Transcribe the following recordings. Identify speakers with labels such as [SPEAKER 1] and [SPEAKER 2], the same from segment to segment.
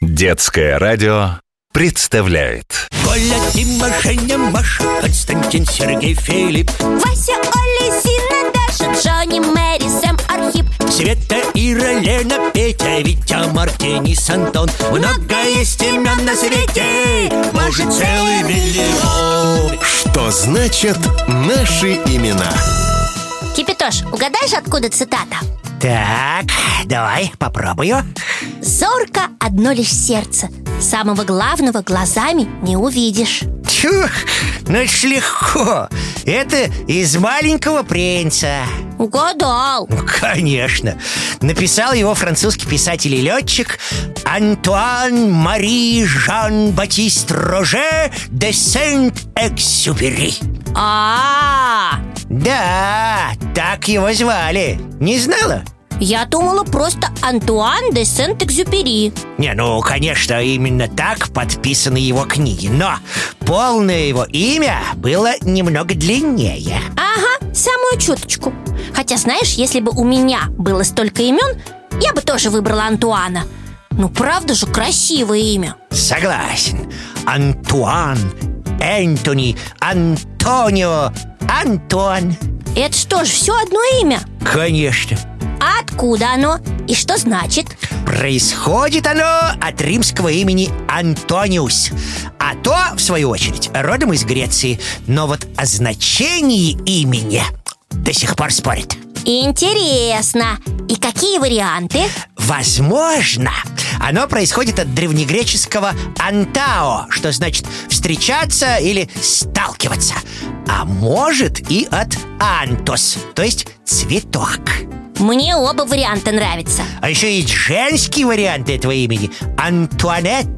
[SPEAKER 1] Детское радио представляет
[SPEAKER 2] Коля, Дима, Женя, Маша, Константин, Сергей, Филипп,
[SPEAKER 3] Вася, Оля, Зина, Даша, Джонни, Мэри, Сэм, Архип
[SPEAKER 2] Света, Ира, Лена, Петя, Витя, Мартин, Денис, Антон Много есть имен на свете, может целый миллион
[SPEAKER 4] Что значит наши имена?
[SPEAKER 3] Кипятош, угадаешь, откуда цитата?
[SPEAKER 5] Так, давай, попробую.
[SPEAKER 3] Зорко одно лишь сердце Самого главного глазами не увидишь
[SPEAKER 5] Чух, ну это ж легко. Это из «Маленького принца».
[SPEAKER 3] Угадал
[SPEAKER 5] Ну, конечно. Написал его французский писатель и летчик Антуан Мари Жан-Батист Роже де Сент-Эксюпери.
[SPEAKER 3] а
[SPEAKER 5] Да, так его звали. Не знала?
[SPEAKER 3] Я думала просто Антуан де Сент-Экзюпери
[SPEAKER 5] Не, ну, конечно, именно так подписаны его книги, но полное его имя было немного длиннее.
[SPEAKER 3] Ага, самую чуточку Хотя, знаешь, если бы у меня было столько имен Я бы тоже выбрала Антуана Ну, правда же, красивое имя
[SPEAKER 5] Согласен. Антуан, Энтони, Антонио, Антон.
[SPEAKER 3] Это что же, все одно имя?
[SPEAKER 5] Конечно.
[SPEAKER 3] А откуда оно? И что значит?
[SPEAKER 5] Происходит оно от римского имени Антониус. А то, в свою очередь, родом из Греции. Но вот о значении имени до сих пор спорят.
[SPEAKER 3] Интересно. И какие варианты?
[SPEAKER 5] Возможно, оно происходит от древнегреческого «антао», что значит «встречаться» или «сталкиваться». А может и от «антос», то есть «цветок».
[SPEAKER 3] Мне оба варианта нравятся.
[SPEAKER 5] А еще есть женский вариант этого имени – Антуанетта.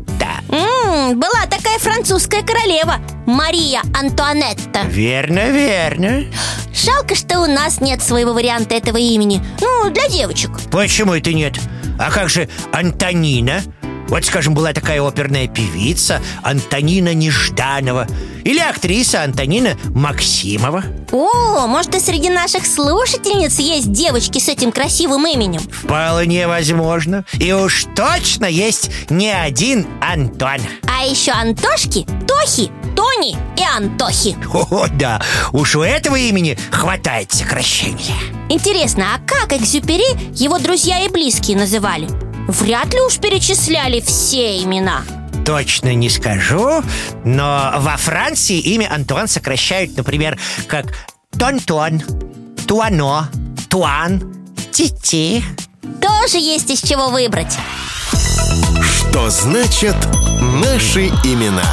[SPEAKER 3] М, М-м, была такая французская королева Мария Антуанетта.
[SPEAKER 5] Верно, верно.
[SPEAKER 3] Жалко, что у нас нет своего варианта этого имени. Ну, для девочек.
[SPEAKER 5] Почему это нет? А как же Антонина? Вот, скажем, была такая оперная певица Антонина Нежданова или актриса Антонина Максимова.
[SPEAKER 3] О, может, и среди наших слушательниц есть девочки с этим красивым именем.
[SPEAKER 5] Вполне возможно. И уж точно есть не один Антон.
[SPEAKER 3] А еще Антошки, Тохи, Тони и Антохи.
[SPEAKER 5] О, да, уж у этого имени хватает сокращения.
[SPEAKER 3] Интересно, а как Экзюпери его друзья и близкие называли? Вряд ли уж перечисляли все имена.
[SPEAKER 5] Точно не скажу, но во Франции имя Антуан сокращают, например, как Тонтон, Туано, Туан, Тити.
[SPEAKER 3] Тоже есть из чего выбрать.
[SPEAKER 4] Что значит наши имена?